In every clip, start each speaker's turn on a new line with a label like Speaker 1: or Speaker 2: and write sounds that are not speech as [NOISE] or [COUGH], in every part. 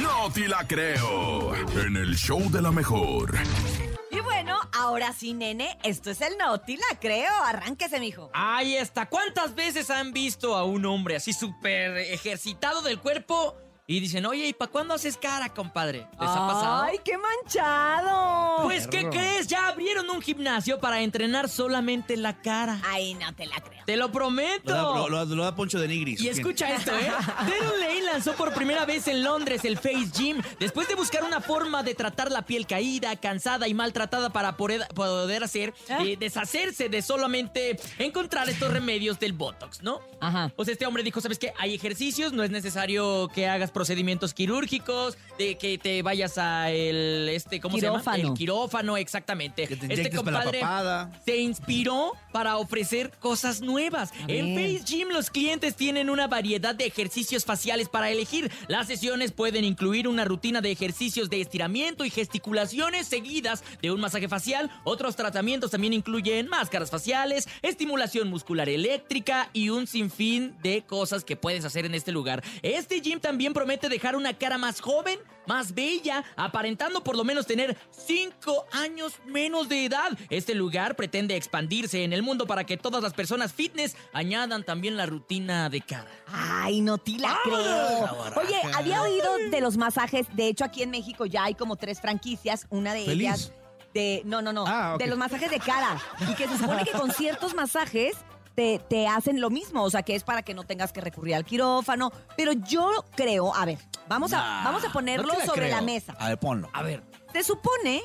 Speaker 1: No te la creo. En el show de la mejor.
Speaker 2: Y bueno, ahora sí, nene, esto es el Noti, la creo. Arránquese, mijo.
Speaker 3: Ahí está. ¿Cuántas veces han visto a un hombre así súper ejercitado del cuerpo y dicen, oye, ¿y para cuándo haces cara, compadre? ¿Les ha pasado?
Speaker 2: ¡Ay, qué manchado!
Speaker 3: pues, ¿qué crees? Ya abrieron un gimnasio para entrenar solamente la cara.
Speaker 2: Ay, no te la creo.
Speaker 3: Te lo prometo.
Speaker 4: Lo da, lo- lo- lo da Poncho de Nigris.
Speaker 3: Y
Speaker 4: ¿Quién?
Speaker 3: escucha esto,
Speaker 4: [LAUGHS]
Speaker 3: ¿eh? Darren Lane lanzó por primera vez en Londres el Face Gym después de buscar una forma de tratar la piel caída, cansada y maltratada para poder, poder hacer,
Speaker 2: ¿Ah?
Speaker 3: eh, deshacerse de solamente encontrar estos remedios del Botox, ¿no?
Speaker 2: Ajá.
Speaker 3: O sea, este hombre dijo, ¿sabes qué? Hay ejercicios, no es necesario que hagas procedimientos quirúrgicos, de que te vayas a el, este, ¿cómo se
Speaker 2: Quirófano.
Speaker 3: llama? El quirófano, exactamente.
Speaker 4: Que te
Speaker 3: este
Speaker 4: inyectes para la papada.
Speaker 3: se inspiró para ofrecer cosas nuevas. En
Speaker 2: ver.
Speaker 3: Face Gym los clientes tienen una variedad de ejercicios faciales para elegir. Las sesiones pueden incluir una rutina de ejercicios de estiramiento y gesticulaciones seguidas de un masaje facial. Otros tratamientos también incluyen máscaras faciales, estimulación muscular eléctrica y un sinfín de cosas que puedes hacer en este lugar. Este gym también promete dejar una cara más joven, más bella, aparentando por lo menos tener 5 años menos de edad. Este lugar pretende expandirse en el mundo para que todas las personas fitness añadan también la rutina de cara.
Speaker 2: Ay, no te la creo. Oye, había oído de los masajes. De hecho, aquí en México ya hay como tres franquicias. Una de
Speaker 4: Feliz.
Speaker 2: ellas. De, no, no, no.
Speaker 4: Ah, ok.
Speaker 2: De los masajes de cara. Y que se supone que con ciertos masajes te, te hacen lo mismo. O sea, que es para que no tengas que recurrir al quirófano. Pero yo creo, a ver, vamos a,
Speaker 3: Nah,
Speaker 2: vamos a ponerlo
Speaker 3: no te la
Speaker 2: sobre
Speaker 3: creo.
Speaker 2: la mesa.
Speaker 4: A ver, ponlo.
Speaker 3: A ver,
Speaker 2: Se supone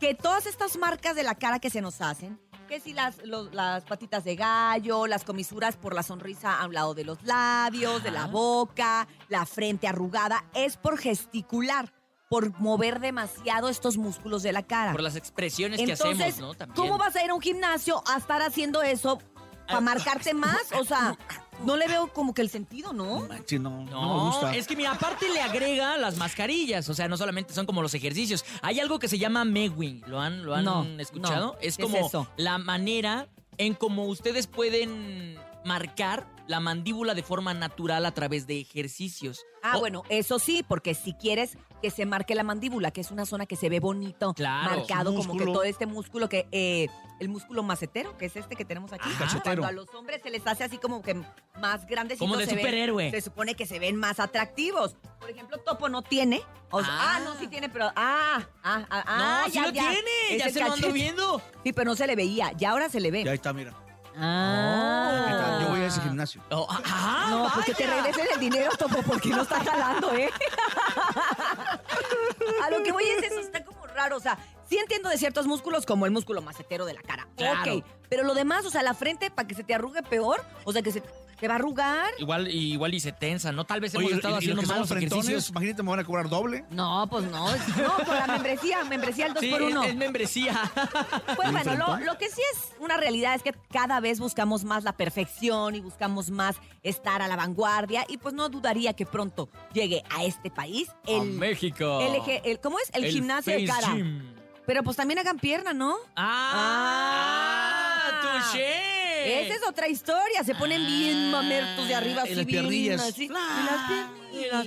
Speaker 2: que todas estas marcas de la cara que se nos hacen, que si las, los- las patitas de gallo, las comisuras por la sonrisa a un lado de los labios, de la
Speaker 3: Ajá.
Speaker 2: boca, la frente arrugada, es por gesticular, por mover demasiado estos músculos de la cara.
Speaker 3: por las expresiones que
Speaker 2: Entonces,
Speaker 3: hacemos, ¿no? También.
Speaker 2: ¿cómo vas a ir a un gimnasio a estar haciendo eso
Speaker 3: Ah.
Speaker 2: para marcarte más? O
Speaker 3: [LAUGHS]
Speaker 2: sea, no le veo como que el sentido,
Speaker 4: No
Speaker 2: ¿no?
Speaker 4: manches, no, no,
Speaker 3: No,
Speaker 4: me gusta.
Speaker 3: es que mira, aparte le agrega las mascarillas, o sea, no solamente son como los ejercicios. Hay algo que se llama mewing, ¿lo han, lo han
Speaker 2: No,
Speaker 3: escuchado?
Speaker 2: no.
Speaker 3: Es
Speaker 2: ¿Qué es
Speaker 3: como
Speaker 2: eso?
Speaker 3: la manera en cómo ustedes pueden marcar la mandíbula de forma natural a través de ejercicios. Oh,
Speaker 2: Ah,
Speaker 3: O-
Speaker 2: bueno, eso sí, porque si quieres que se marque la mandíbula, que es una zona que se ve bonito,
Speaker 3: Claro.
Speaker 2: marcado, como que
Speaker 4: Músculo.
Speaker 2: todo este músculo que eh, el músculo macetero, que es este que tenemos aquí,
Speaker 3: Ajá.
Speaker 4: Cachetero.
Speaker 2: cuando a los hombres se les hace así como que más grandes,
Speaker 3: Como de superhéroe.
Speaker 2: se supone que se ven más atractivos. Por ejemplo, Topo no tiene. O sea, ah.
Speaker 3: Ah.
Speaker 2: no, sí tiene, pero ah, ah, ah, ah,
Speaker 3: no, sí
Speaker 2: ya,
Speaker 3: lo
Speaker 2: ya.
Speaker 3: tiene,
Speaker 2: Es
Speaker 3: ya
Speaker 2: el
Speaker 3: se lo ando
Speaker 2: cachete.
Speaker 3: viendo.
Speaker 2: Sí, pero no se le veía, ya ahora se le ve.
Speaker 4: Ya ahí está, mira. Ahí
Speaker 2: Ah.
Speaker 4: está, Yo voy a ese gimnasio.
Speaker 3: Oh, ah, ah,
Speaker 2: No, porque te
Speaker 3: vaya.
Speaker 2: regresen el dinero, Topo, porque no está jalando,
Speaker 3: [LAUGHS]
Speaker 2: ¿eh? A lo que voy es eso, está como raro. O sea, sí entiendo de ciertos músculos, como el músculo macetero de la cara.
Speaker 3: Claro.
Speaker 2: Ok. Pero lo demás, o sea, la frente, para que se te arrugue peor, o sea, que se te va a arrugar.
Speaker 3: Igual, igual y se tensa, ¿no? Tal vez hemos
Speaker 4: Oye, y-
Speaker 3: estado
Speaker 4: y los
Speaker 3: haciendo
Speaker 4: que somos
Speaker 3: malos
Speaker 4: frentones,
Speaker 3: ejercicios.
Speaker 4: imagínate, me van a cobrar doble.
Speaker 2: No, pues no. es- [LAUGHS] No, por la membresía, membresía el 2
Speaker 3: Sí,
Speaker 2: por
Speaker 3: es-
Speaker 2: 1
Speaker 3: es membresía.
Speaker 2: Pues bueno, lo,
Speaker 4: Enfrentón.
Speaker 2: lo que sí es una realidad es que cada vez buscamos más la perfección y buscamos más estar a la vanguardia y pues no dudaría que pronto llegue a este país
Speaker 3: A
Speaker 2: [LAUGHS] el,
Speaker 3: México.
Speaker 2: el, eje- el- ¿Cómo es? El,
Speaker 3: El
Speaker 2: gimnasio de
Speaker 3: Face
Speaker 2: cara.
Speaker 3: Gym.
Speaker 2: Pero pues también hagan pierna, ¿no?
Speaker 3: ¡Ah!
Speaker 2: Ah.
Speaker 3: ¡Touché!
Speaker 2: Esa es otra historia. Se ponen bien mamertos de arriba,
Speaker 4: Y
Speaker 2: así
Speaker 4: las
Speaker 2: bien,
Speaker 4: piernillas.
Speaker 2: así. Y las
Speaker 3: Ah, Y
Speaker 2: piernillas.
Speaker 3: las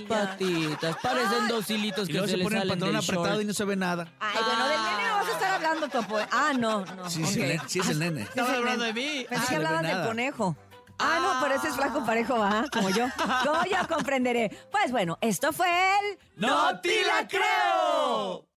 Speaker 3: patitas. Parecen dos hilitos que
Speaker 4: Y luego
Speaker 3: se
Speaker 4: se
Speaker 3: le
Speaker 4: pone el
Speaker 3: salen del
Speaker 4: pantalón apretado y
Speaker 3: short. Ah,
Speaker 4: no se ve nada.
Speaker 2: Ay, bueno, del nene no vas a estar hablando, Topo. Ah, no, no.
Speaker 4: Sí,
Speaker 2: ok.
Speaker 4: sí, le- sí es
Speaker 3: [LAUGHS]
Speaker 4: el nene.
Speaker 3: Estaba hablando de mí.
Speaker 2: Pensé que
Speaker 4: no le ve
Speaker 2: hablabas del
Speaker 4: nada.
Speaker 2: conejo. Ah, no, pero ese es flaco parejo, ¿ah? Como
Speaker 3: [LAUGHS]
Speaker 2: yo. Como yo comprenderé. Pues bueno, esto fue el...
Speaker 3: ¡No te la creo!